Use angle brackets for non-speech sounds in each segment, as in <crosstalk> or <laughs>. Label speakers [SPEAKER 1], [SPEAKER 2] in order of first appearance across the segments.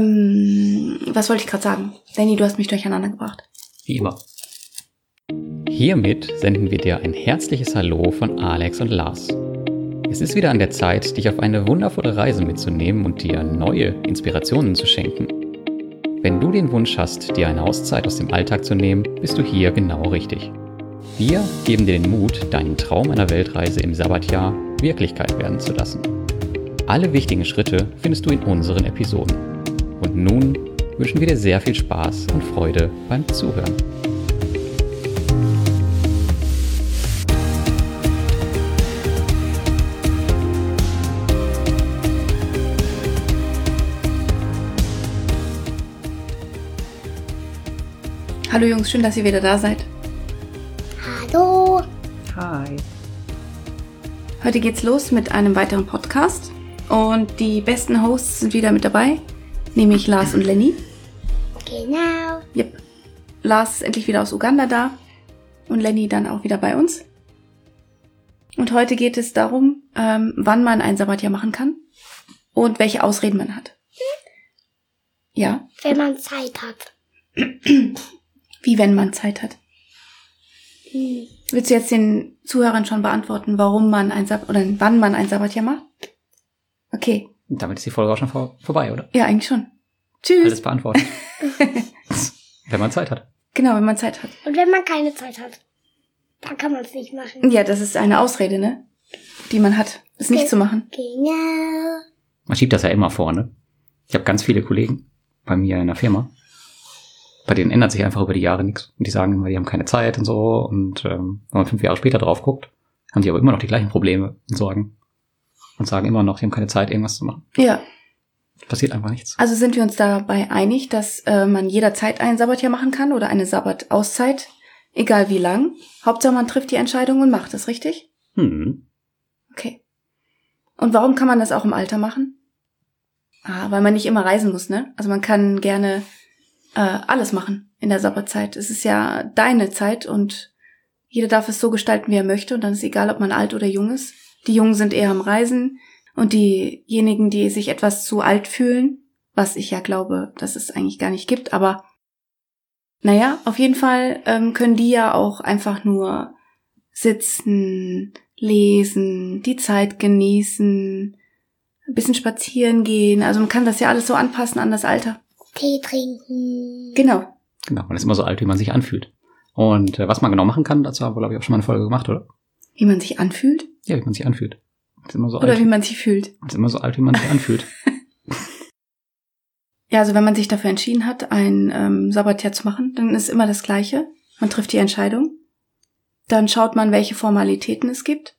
[SPEAKER 1] Ähm, was wollte ich gerade sagen? Danny, du hast mich durcheinander gebracht.
[SPEAKER 2] Wie immer. Hiermit senden wir dir ein herzliches Hallo von Alex und Lars. Es ist wieder an der Zeit, dich auf eine wundervolle Reise mitzunehmen und dir neue Inspirationen zu schenken. Wenn du den Wunsch hast, dir eine Auszeit aus dem Alltag zu nehmen, bist du hier genau richtig. Wir geben dir den Mut, deinen Traum einer Weltreise im Sabbatjahr Wirklichkeit werden zu lassen. Alle wichtigen Schritte findest du in unseren Episoden. Und nun wünschen wir dir sehr viel Spaß und Freude beim Zuhören.
[SPEAKER 1] Hallo Jungs, schön, dass ihr wieder da seid.
[SPEAKER 3] Hallo.
[SPEAKER 4] Hi.
[SPEAKER 1] Heute geht's los mit einem weiteren Podcast und die besten Hosts sind wieder mit dabei, nämlich Lars und Lenny.
[SPEAKER 3] Genau.
[SPEAKER 1] Yep. Lars ist endlich wieder aus Uganda da und Lenny dann auch wieder bei uns. Und heute geht es darum, ähm, wann man ein Sabbatjahr machen kann und welche Ausreden man hat. Ja,
[SPEAKER 3] Wenn man Zeit hat.
[SPEAKER 1] wie wenn man Zeit hat.
[SPEAKER 3] Hm.
[SPEAKER 1] Willst du jetzt den Zuhörern schon beantworten, warum man ein Sab oder wann man ein Sabbatjahr macht? Okay,
[SPEAKER 2] Damit ist die Folge auch schon vor vorbei, oder?
[SPEAKER 1] ja, eigentlich schon. Tschüss.
[SPEAKER 2] Alles beantwortet. Wenn man Zeit hat.
[SPEAKER 1] Genau, wenn man Zeit hat.
[SPEAKER 3] Und wenn man keine Zeit hat, dann kann man es nicht machen.
[SPEAKER 1] Ja, das ist eine Ausrede, ne? Die man hat, es nicht
[SPEAKER 3] Okay.
[SPEAKER 1] zu machen.
[SPEAKER 3] Genau.
[SPEAKER 2] Man schiebt das ja immer vor, ne? Ich habe ganz viele Kollegen bei mir in der Firma. Bei denen ändert sich einfach über die Jahre nichts. Und die sagen immer, die haben keine Zeit und so. Und ähm, wenn man fünf Jahre später drauf guckt, haben die aber immer noch die gleichen Probleme und Sorgen. Und sagen immer noch, die haben keine Zeit, irgendwas zu machen.
[SPEAKER 1] Ja,
[SPEAKER 2] Es passiert einfach nichts.
[SPEAKER 1] also sind wir uns dabei einig, dass äh, man jederzeit ein Sabbatjahr machen kann oder eine Sabbatauszeit, egal wie lang. Hauptsache man trifft die Entscheidung und macht es, richtig?
[SPEAKER 2] Hm.
[SPEAKER 1] Okay. Und warum kann man das auch im Alter machen? Ah, weil man nicht immer reisen muss, ne? Also man kann gerne äh, alles machen in der Sabbatzeit. Es ist ja deine Zeit und jeder darf es so gestalten, wie er möchte. Und dann ist egal, ob man alt oder jung ist. Die Jungen sind eher am Reisen und diejenigen, die sich etwas zu alt fühlen, was ich ja glaube, dass es eigentlich gar nicht gibt, aber naja, auf jeden Fall ähm, können die ja auch einfach nur sitzen, lesen, die Zeit genießen, ein bisschen spazieren gehen. Also man kann das ja alles so anpassen an das Alter.
[SPEAKER 3] Tee trinken.
[SPEAKER 1] Genau.
[SPEAKER 2] Genau, man ist immer so alt, wie man sich anfühlt. Und äh, was man genau machen kann, dazu haben wir, glaube ich, auch schon mal eine Folge gemacht, oder?
[SPEAKER 1] Wie man sich anfühlt
[SPEAKER 2] Ja, wie man sich anfühlt. Man ist immer so
[SPEAKER 1] oder
[SPEAKER 2] alt,
[SPEAKER 1] wie man sich fühlt.
[SPEAKER 2] man ist immer so alt, wie man sich anfühlt.
[SPEAKER 1] Ja, also wenn man sich dafür entschieden hat, ein ähm, Sabbatjahr zu machen, dann ist immer das Gleiche. Man trifft die Entscheidung. Dann schaut man, welche Formalitäten es gibt.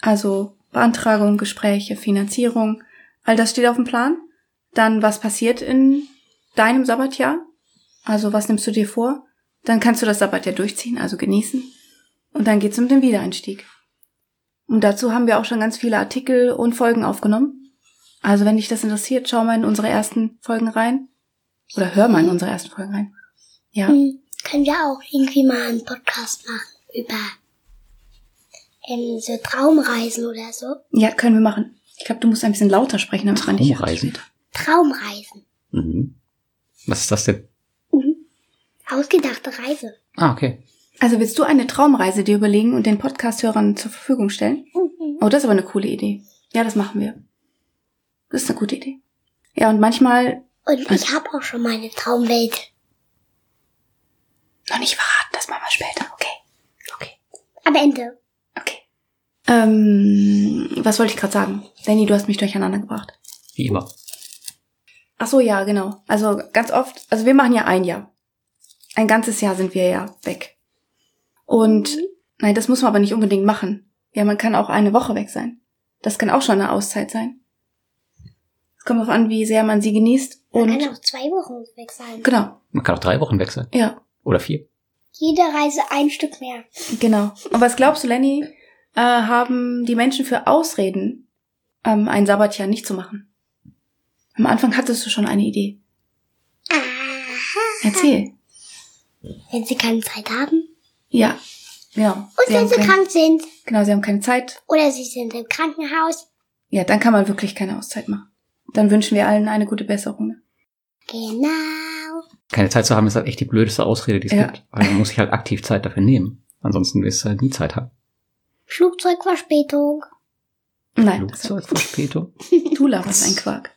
[SPEAKER 1] Also Beantragung, Gespräche, Finanzierung, all das steht auf dem Plan. Dann, was passiert in deinem Sabbatjahr? Also was nimmst du dir vor? Dann kannst du das Sabbatjahr durchziehen, also genießen. Und dann geht's um den Wiedereinstieg. Und dazu haben wir auch schon ganz viele Artikel und Folgen aufgenommen. Also wenn dich das interessiert, schau mal in unsere ersten Folgen rein. Oder hör mal in unsere ersten Folgen rein. Ja.
[SPEAKER 3] Hm. Können wir auch irgendwie mal einen Podcast machen über ähm, so Traumreisen oder so.
[SPEAKER 1] Ja, können wir machen. Ich glaube, du musst ein bisschen lauter sprechen, damit man dich
[SPEAKER 2] Traumreisen.
[SPEAKER 1] versteht.
[SPEAKER 3] Traumreisen.
[SPEAKER 2] Mhm. Was ist das denn?
[SPEAKER 3] Ausgedachte Reise.
[SPEAKER 2] Ah, okay.
[SPEAKER 1] Also willst du eine Traumreise dir überlegen und den Podcast-Hörern zur Verfügung stellen? Oh, das ist aber eine coole Idee. Ja, das machen wir. Das ist eine gute Idee. Ja, und manchmal
[SPEAKER 3] Und ich habe auch schon meine Traumwelt.
[SPEAKER 1] noch nicht verraten, das machen wir später. Okay.
[SPEAKER 3] Am Ende.
[SPEAKER 1] Okay. Ähm, was wollte ich gerade sagen? Danny, du hast mich durcheinander gebracht.
[SPEAKER 2] Wie immer.
[SPEAKER 1] Ach so, ja, genau. Also ganz oft, also wir machen ja ein Jahr. Ein ganzes Jahr sind wir ja weg. Und nein, das muss man aber nicht unbedingt machen. Ja, man kann auch eine Woche weg sein. Das kann auch schon eine Auszeit sein. Es kommt darauf an, wie sehr man sie genießt.
[SPEAKER 3] Man
[SPEAKER 1] Und
[SPEAKER 3] kann auch zwei Wochen weg sein.
[SPEAKER 1] genau,
[SPEAKER 2] Man kann auch drei Wochen weg sein.
[SPEAKER 1] ja,
[SPEAKER 2] Oder vier.
[SPEAKER 3] Jede Reise ein Stück mehr.
[SPEAKER 1] genau. Und was glaubst du, Lenny, äh, haben die Menschen für Ausreden, ähm, ein Sabbatjahr nicht zu machen? Am Anfang hattest du schon eine Idee.
[SPEAKER 3] Aha.
[SPEAKER 1] Erzähl.
[SPEAKER 3] Ah. Wenn sie keine Zeit haben.
[SPEAKER 1] Ja, genau.
[SPEAKER 3] Und
[SPEAKER 1] Sie
[SPEAKER 3] wenn
[SPEAKER 1] haben
[SPEAKER 3] sie
[SPEAKER 1] keine-
[SPEAKER 3] krank sind.
[SPEAKER 1] Genau, sie haben keine Zeit.
[SPEAKER 3] Oder sie sind im Krankenhaus.
[SPEAKER 1] Ja, dann kann man wirklich keine Auszeit machen. Dann wünschen wir allen eine gute Besserung. ne?
[SPEAKER 3] Genau.
[SPEAKER 2] Keine Zeit zu haben ist halt echt die blödeste Ausrede, die es
[SPEAKER 1] Ja.
[SPEAKER 2] gibt. Weil man muss sich halt aktiv Zeit dafür nehmen. Ansonsten wirst du halt nie Zeit haben.
[SPEAKER 3] Flugzeugverspätung.
[SPEAKER 1] Nein, das war
[SPEAKER 2] Flugzeugverspätung.
[SPEAKER 1] du laberst ein Quark.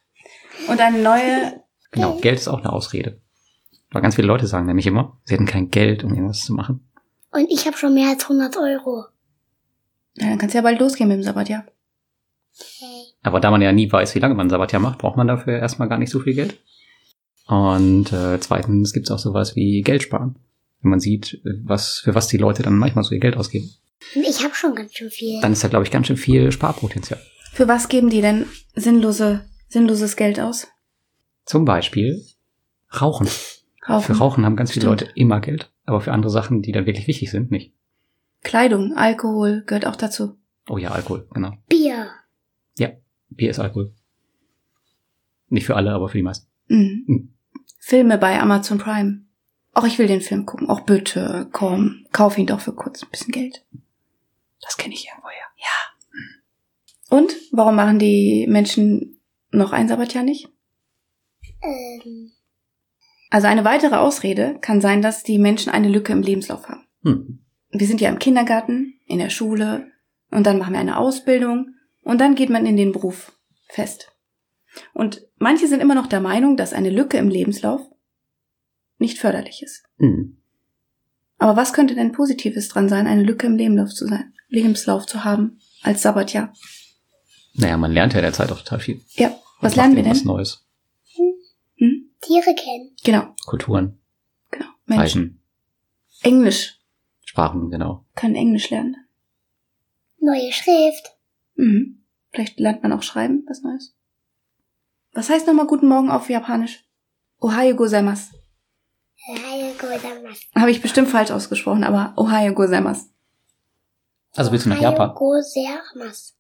[SPEAKER 1] Und eine neue,
[SPEAKER 2] Genau, Geld ist auch eine Ausrede. Weil ganz viele Leute sagen nämlich immer, sie hätten kein Geld, um irgendwas zu machen.
[SPEAKER 3] Und ich habe schon mehr als 100 Euro.
[SPEAKER 1] ja, dann kannst du ja bald losgehen mit dem Sabbatjahr.
[SPEAKER 3] Okay.
[SPEAKER 2] Aber da man ja nie weiß, wie lange man ein Sabbatjahr macht, braucht man dafür erstmal gar nicht so viel Geld. Und äh, zweitens gibt's auch sowas wie Geld sparen. Wenn man sieht, äh, was, für was die Leute dann manchmal so ihr Geld ausgeben.
[SPEAKER 3] Und ich habe schon ganz schön viel.
[SPEAKER 2] Dann ist da, glaube ich, ganz schön viel Sparpotenzial.
[SPEAKER 1] Für was geben die denn sinnlose, sinnloses Geld aus?
[SPEAKER 2] Zum Beispiel Rauchen.
[SPEAKER 1] Rauchen,
[SPEAKER 2] Für Rauchen haben ganz viele
[SPEAKER 1] Stimmt.
[SPEAKER 2] Leute immer Geld, aber für andere Sachen, die dann wirklich wichtig sind, nicht.
[SPEAKER 1] Kleidung, Alkohol gehört auch dazu.
[SPEAKER 2] Oh ja, Alkohol, genau.
[SPEAKER 3] Bier.
[SPEAKER 2] Bier ist Alkohol. Nicht für alle, aber für die meisten.
[SPEAKER 1] Mhm.
[SPEAKER 2] Mhm.
[SPEAKER 1] Filme bei Amazon Prime. Auch ich will den Film gucken. Auch bitte, komm, kauf ihn doch für kurz ein bisschen Geld.
[SPEAKER 2] Das kenne ich irgendwoher.
[SPEAKER 1] Und warum machen die Menschen noch ein Sabbatjahr nicht?
[SPEAKER 3] Ähm,
[SPEAKER 1] Also eine weitere Ausrede kann sein, dass die Menschen eine Lücke im Lebenslauf haben.
[SPEAKER 2] Hm.
[SPEAKER 1] Wir sind ja im Kindergarten, in der Schule und dann machen wir eine Ausbildung und dann geht man in den Beruf fest. Und manche sind immer noch der Meinung, dass eine Lücke im Lebenslauf nicht förderlich ist.
[SPEAKER 2] Hm.
[SPEAKER 1] Aber was könnte denn Positives dran sein, eine Lücke im Lebenslauf zu sein, Lebenslauf zu haben als Sabbatjahr?
[SPEAKER 2] Naja, man lernt ja in der Zeit auch total viel.
[SPEAKER 1] Ja, was
[SPEAKER 2] Man macht
[SPEAKER 1] lernen wir
[SPEAKER 2] irgendwas
[SPEAKER 1] denn?
[SPEAKER 2] Neues.
[SPEAKER 1] Hm?
[SPEAKER 3] Tiere kennen.
[SPEAKER 1] Genau,
[SPEAKER 2] Kulturen,
[SPEAKER 1] genau. Menschen.
[SPEAKER 2] Reisen,
[SPEAKER 1] Englisch.
[SPEAKER 2] Sprachen, genau.
[SPEAKER 1] Können Englisch lernen.
[SPEAKER 3] Neue Schrift.
[SPEAKER 1] Mhm. Vielleicht lernt man auch schreiben, was Neues. Was heißt nochmal Guten Morgen auf Japanisch? Ohayo gozaimasu.
[SPEAKER 3] Reihe Gosama.
[SPEAKER 1] Habe ich bestimmt falsch ausgesprochen, aber Ohayo gozaimasu.
[SPEAKER 2] Also willst du nach Japan?
[SPEAKER 3] Gosamas.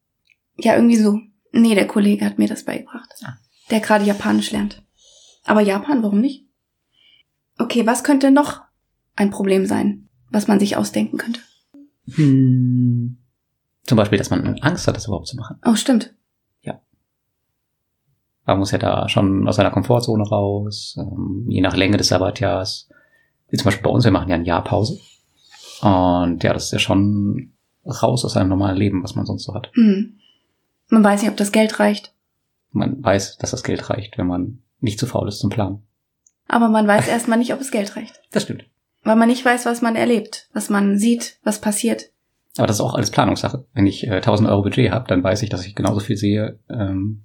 [SPEAKER 1] Ja, irgendwie so. Nee, der Kollege hat mir das beigebracht.
[SPEAKER 2] Ah.
[SPEAKER 1] Der gerade Japanisch lernt. Aber Japan, warum nicht? Okay, was könnte noch ein Problem sein, was man sich ausdenken könnte?
[SPEAKER 2] Hm. Zum Beispiel, dass man Angst hat, das überhaupt zu machen.
[SPEAKER 1] Oh, stimmt.
[SPEAKER 2] Man muss ja da schon aus seiner Komfortzone raus, ähm, je nach Länge des Sabbatjahrs. Wie zum Beispiel bei uns, wir machen ja ein Jahr Pause. Und ja, das ist ja schon raus aus seinem normalen Leben, was man sonst so hat.
[SPEAKER 1] Hm. Man weiß nicht, ob das Geld reicht,
[SPEAKER 2] Man weiß, dass das Geld reicht, wenn man nicht zu faul ist zum Planen.
[SPEAKER 1] aber man weiß erstmal nicht, ob es Geld reicht.
[SPEAKER 2] Das stimmt.
[SPEAKER 1] Weil man nicht weiß, was man erlebt, was man sieht, was passiert.
[SPEAKER 2] Aber das ist auch alles Planungssache. Wenn ich äh, 1000 Euro Budget habe, dann weiß ich, dass ich genauso viel sehe, ähm,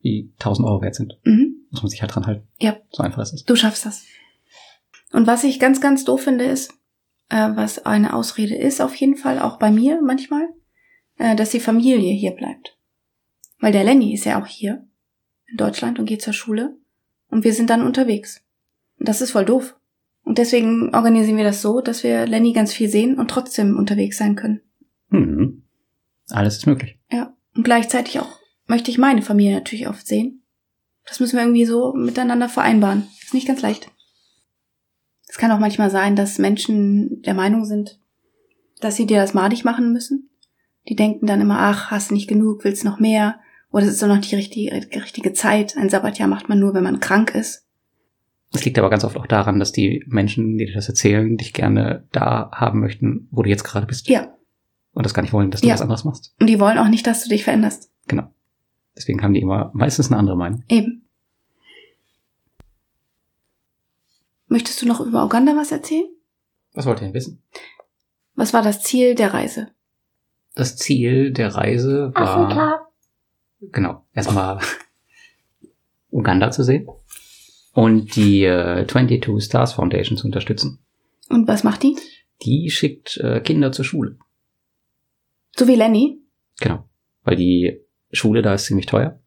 [SPEAKER 2] wie 1000 Euro wert sind.
[SPEAKER 1] Mhm.
[SPEAKER 2] Muss man sich halt dran halten.
[SPEAKER 1] Ja.
[SPEAKER 2] So einfach ist es.
[SPEAKER 1] Du schaffst das. Und was ich ganz, ganz doof finde, ist, äh, was eine Ausrede ist, auf jeden Fall, auch bei mir manchmal, äh, dass die Familie hier bleibt. Weil der Lenny ist ja auch hier in Deutschland und geht zur Schule und wir sind dann unterwegs. Und das ist voll doof. Und deswegen organisieren wir das so, dass wir Lenny ganz viel sehen und trotzdem unterwegs sein können.
[SPEAKER 2] Hm. Alles ist möglich.
[SPEAKER 1] Und gleichzeitig auch möchte ich meine Familie natürlich oft sehen. Das müssen wir irgendwie so miteinander vereinbaren. Ist nicht ganz leicht. Es kann auch manchmal sein, dass Menschen der Meinung sind, dass sie dir das madig machen müssen. Die denken dann immer, ach, hast nicht genug, willst noch mehr. Oder es ist doch noch die richtige, die richtige Zeit. Ein Sabbatjahr macht man nur, wenn man krank ist.
[SPEAKER 2] Es liegt aber ganz oft auch daran, dass die Menschen, die dir das erzählen, dich gerne da haben möchten, wo du jetzt gerade bist.
[SPEAKER 1] Ja.
[SPEAKER 2] Und das gar nicht wollen, dass du
[SPEAKER 1] Ja.
[SPEAKER 2] was anderes machst.
[SPEAKER 1] Und die wollen auch nicht, dass du dich veränderst.
[SPEAKER 2] Deswegen haben die immer meistens eine andere Meinung.
[SPEAKER 1] Eben. Möchtest du noch über Uganda was erzählen?
[SPEAKER 2] Was wollt ihr denn wissen?
[SPEAKER 1] Was war das Ziel der Reise?
[SPEAKER 2] Das Ziel der Reise war,
[SPEAKER 3] Afrika.
[SPEAKER 2] genau, erstmal <laughs> Uganda zu sehen und die äh, 22 Stars Foundation zu unterstützen.
[SPEAKER 1] Und was macht die?
[SPEAKER 2] Die schickt äh, Kinder zur Schule.
[SPEAKER 1] So wie Lenny.
[SPEAKER 2] Genau. Weil die Schule da ist ziemlich teuer.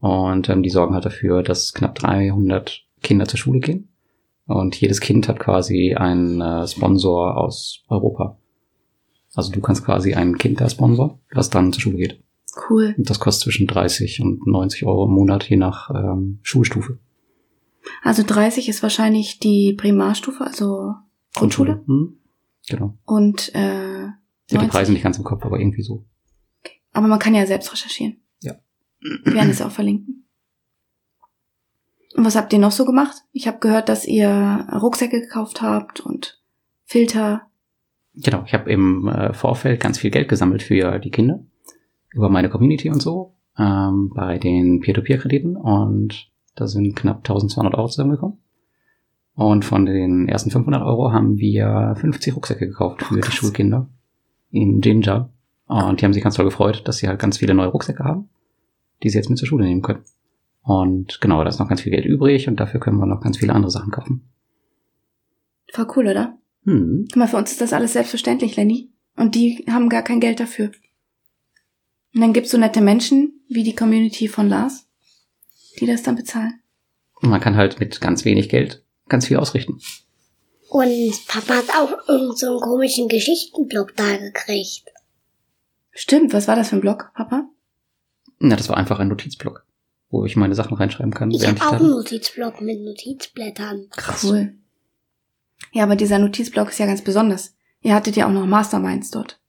[SPEAKER 2] Und ähm, die sorgen halt dafür, dass knapp 300 Kinder zur Schule gehen. Und jedes Kind hat quasi einen äh, Sponsor aus Europa. Also du kannst quasi ein Kind da sponsor, was dann zur Schule geht.
[SPEAKER 1] Cool.
[SPEAKER 2] Und das kostet zwischen 30 und 90 Euro im Monat, je nach ähm, Schulstufe.
[SPEAKER 1] Also 30 ist wahrscheinlich die Primarstufe, also Grundschule.
[SPEAKER 2] Hm? Genau.
[SPEAKER 1] Und äh,
[SPEAKER 2] Ich habe
[SPEAKER 1] 90.
[SPEAKER 2] die Preise nicht ganz im Kopf, aber irgendwie so.
[SPEAKER 1] aber man kann ja selbst recherchieren.
[SPEAKER 2] Ja.
[SPEAKER 1] Wir werden es auch verlinken. Und was habt ihr noch so gemacht? Ich habe gehört, dass ihr Rucksäcke gekauft habt und Filter.
[SPEAKER 2] Genau, ich habe im äh, Vorfeld ganz viel Geld gesammelt für die Kinder, über meine Community und so, ähm, bei den Peer-to-Peer-Krediten und da sind knapp 1200 Euro zusammengekommen. Und von den ersten 500 Euro haben wir 50 Rucksäcke gekauft für die
[SPEAKER 1] krass.
[SPEAKER 2] Schulkinder in Ginger. Und die haben sich ganz toll gefreut, dass sie halt ganz viele neue Rucksäcke haben, die sie jetzt mit zur Schule nehmen können. Und genau, da ist noch ganz viel Geld übrig und dafür können wir noch ganz viele andere Sachen kaufen.
[SPEAKER 1] Voll cool, oder?
[SPEAKER 2] Hm.
[SPEAKER 1] Guck mal, für uns ist das alles selbstverständlich, Lenny. Und die haben gar kein Geld dafür. Und dann gibt's so nette Menschen, wie die Community von Lars, die das dann bezahlen.
[SPEAKER 2] Und man kann halt mit ganz wenig Geld ganz viel ausrichten.
[SPEAKER 3] Und Papa hat auch irgendeinen so einen komischen Geschichtenblock da gekriegt.
[SPEAKER 1] Stimmt, was war das für ein Blog, Papa?
[SPEAKER 2] Na, das war einfach ein Notizblock, wo ich meine Sachen reinschreiben kann.
[SPEAKER 3] Ich
[SPEAKER 2] während
[SPEAKER 3] habe auch
[SPEAKER 2] da-
[SPEAKER 3] einen Notizblock mit Notizblättern.
[SPEAKER 2] Krass.
[SPEAKER 1] Cool. Ja, aber dieser Notizblock ist ja ganz besonders. Ihr hattet ja auch noch Masterminds dort.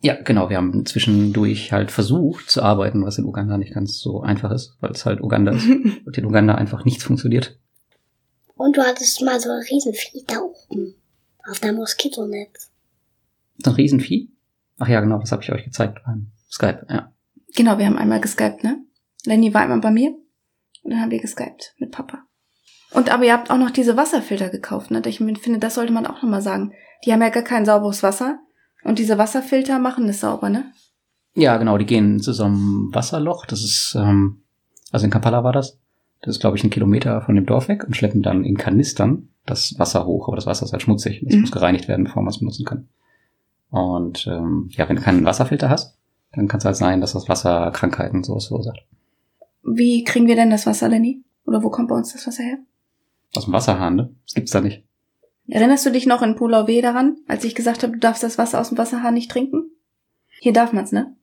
[SPEAKER 2] Ja, genau. Wir haben zwischendurch halt versucht zu arbeiten, was in Uganda nicht ganz so einfach ist, weil es halt
[SPEAKER 1] <laughs>
[SPEAKER 2] Uganda ist
[SPEAKER 1] Genau,
[SPEAKER 2] und in Uganda einfach nichts funktioniert.
[SPEAKER 3] Und du hattest mal so ein Riesenvieh da oben. Auf der Moskitonetz.
[SPEAKER 2] So ein Riesenvieh. Ach ja, genau, das habe ich euch gezeigt beim Skype. Ja.
[SPEAKER 1] Genau, wir haben einmal geskypt, ne? Lenny war einmal bei mir und dann haben wir geskypt mit Papa. Und aber ihr habt auch noch diese Wasserfilter gekauft, ne? Ich min- finde, das sollte man auch nochmal sagen. Die haben ja gar kein sauberes Wasser und diese Wasserfilter machen es sauber, ne?
[SPEAKER 2] ja, genau, die gehen zu so einem Wasserloch. Das ist, ähm, also in Kampala war das. Das ist, glaube ich, ein Kilometer von dem Dorf weg und schleppen dann in Kanistern das Wasser hoch. Aber das Wasser ist halt schmutzig. Das
[SPEAKER 1] Mhm.
[SPEAKER 2] muss gereinigt werden, bevor man es benutzen kann. Und ähm, ja, wenn du keinen Wasserfilter hast, dann kann es halt sein, dass das Wasser Krankheiten und sowas verursacht.
[SPEAKER 1] Wie kriegen wir denn das Wasser, Lenny? Oder wo kommt bei uns das Wasser her?
[SPEAKER 2] Aus dem Wasserhahn, ne? Das gibt's da nicht.
[SPEAKER 1] Erinnerst du dich noch in Pulau W daran, als ich gesagt habe, du darfst das Wasser aus dem Wasserhahn nicht trinken? Hier darf man's, ne?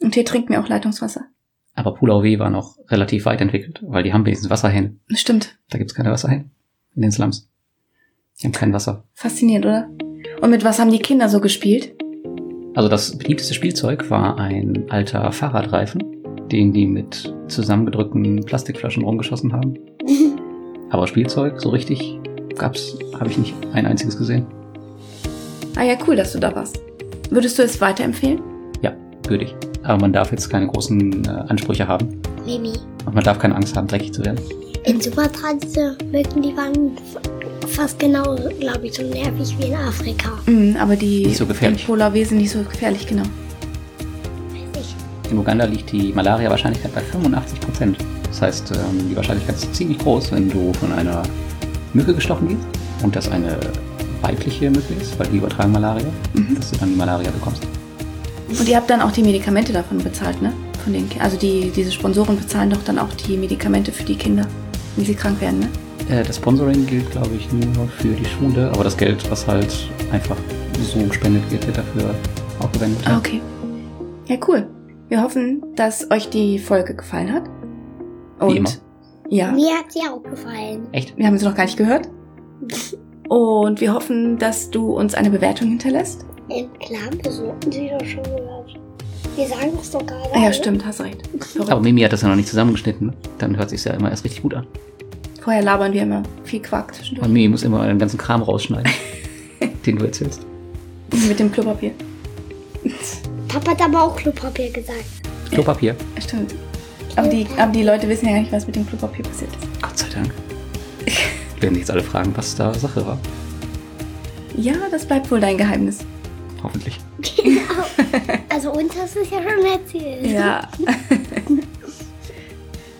[SPEAKER 1] Und hier trinken wir auch Leitungswasser.
[SPEAKER 2] Aber Pulau W war noch relativ weit entwickelt, weil die haben wenigstens Wasserhähne.
[SPEAKER 1] Stimmt.
[SPEAKER 2] Da gibt's keine Wasserhähne in den Slums. Die haben kein Wasser.
[SPEAKER 1] Faszinierend, oder? Und mit was haben die Kinder so gespielt?
[SPEAKER 2] Also das beliebteste Spielzeug war ein alter Fahrradreifen, den die mit zusammengedrückten Plastikflaschen rumgeschossen haben. Aber Spielzeug, so richtig, gab's, habe ich nicht ein einziges gesehen.
[SPEAKER 1] Ah ja, cool, dass du da warst. Würdest du es weiterempfehlen?
[SPEAKER 2] Ja, würde ich. Aber man darf jetzt keine großen äh, Ansprüche haben.
[SPEAKER 3] Mimi.
[SPEAKER 2] Und man darf keine Angst haben, dreckig zu werden.
[SPEAKER 3] In Sumatra diese Mücken, die waren f- fast genauso, glaube ich, so nervig wie in Afrika.
[SPEAKER 1] Mhm, aber die
[SPEAKER 2] Nicht so gefährlich.
[SPEAKER 1] in Polar W sind nicht so gefährlich, genau.
[SPEAKER 2] In Uganda liegt die Malaria-Wahrscheinlichkeit bei 85 Prozent. Das heißt, ähm, die Wahrscheinlichkeit ist ziemlich groß, wenn du von einer Mücke gestochen wirst und das eine weibliche Mücke ist, weil die übertragen Malaria, dass du dann die Malaria bekommst.
[SPEAKER 1] Und ihr habt dann auch die Medikamente davon bezahlt, ne? Von den Ki- also die, diese Sponsoren bezahlen doch dann auch die Medikamente für die Kinder, wenn sie krank werden, ne?
[SPEAKER 2] Äh, das Sponsoring gilt, glaube ich, nur für die Schule, aber das Geld, was halt einfach so gespendet wird, wird dafür auch verwendet.
[SPEAKER 1] Ah, okay. Ja, cool. Wir hoffen, dass euch die Folge gefallen hat. Und
[SPEAKER 2] Wie immer.
[SPEAKER 1] ja,
[SPEAKER 3] Mir hat sie auch gefallen.
[SPEAKER 2] Echt?
[SPEAKER 1] wir haben sie noch gar nicht gehört. Und wir hoffen, dass du uns eine Bewertung hinterlässt. Ah
[SPEAKER 3] Im Plan besuchten sie doch schon gehört. Wir sagen es doch gerade.
[SPEAKER 1] Ah ja, stimmt, hast recht.
[SPEAKER 2] Aber Mimi hat das ja noch nicht zusammengeschnitten. ne? Dann hört sich ja immer erst richtig gut an.
[SPEAKER 1] Vorher labern wir immer viel Quark
[SPEAKER 2] Und
[SPEAKER 1] zwischendurch.
[SPEAKER 2] Mimi muss immer den ganzen Kram <laughs> rausschneiden, den du erzählst.
[SPEAKER 1] <laughs> Mit dem Klopapier.
[SPEAKER 3] Papa hat aber auch Klopapier gesagt. <laughs>
[SPEAKER 2] Klopapier.
[SPEAKER 1] Stimmt. Aber die, aber die Leute wissen ja gar nicht, was mit dem Klopapier passiert ist.
[SPEAKER 2] Gott sei <laughs> Dank. Werden jetzt alle fragen, was da Sache war.
[SPEAKER 1] Ja, das bleibt wohl dein Geheimnis.
[SPEAKER 2] Hoffentlich.
[SPEAKER 1] <laughs>
[SPEAKER 3] Also uns hast du es ja schon erzählt.
[SPEAKER 1] Ja.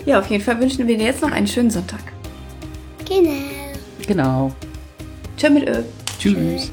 [SPEAKER 1] ja, auf jeden Fall wünschen wir dir jetzt noch einen schönen Sonntag.
[SPEAKER 3] Genau.
[SPEAKER 2] Genau.
[SPEAKER 1] Tschö mit Ö.
[SPEAKER 2] Tschüss.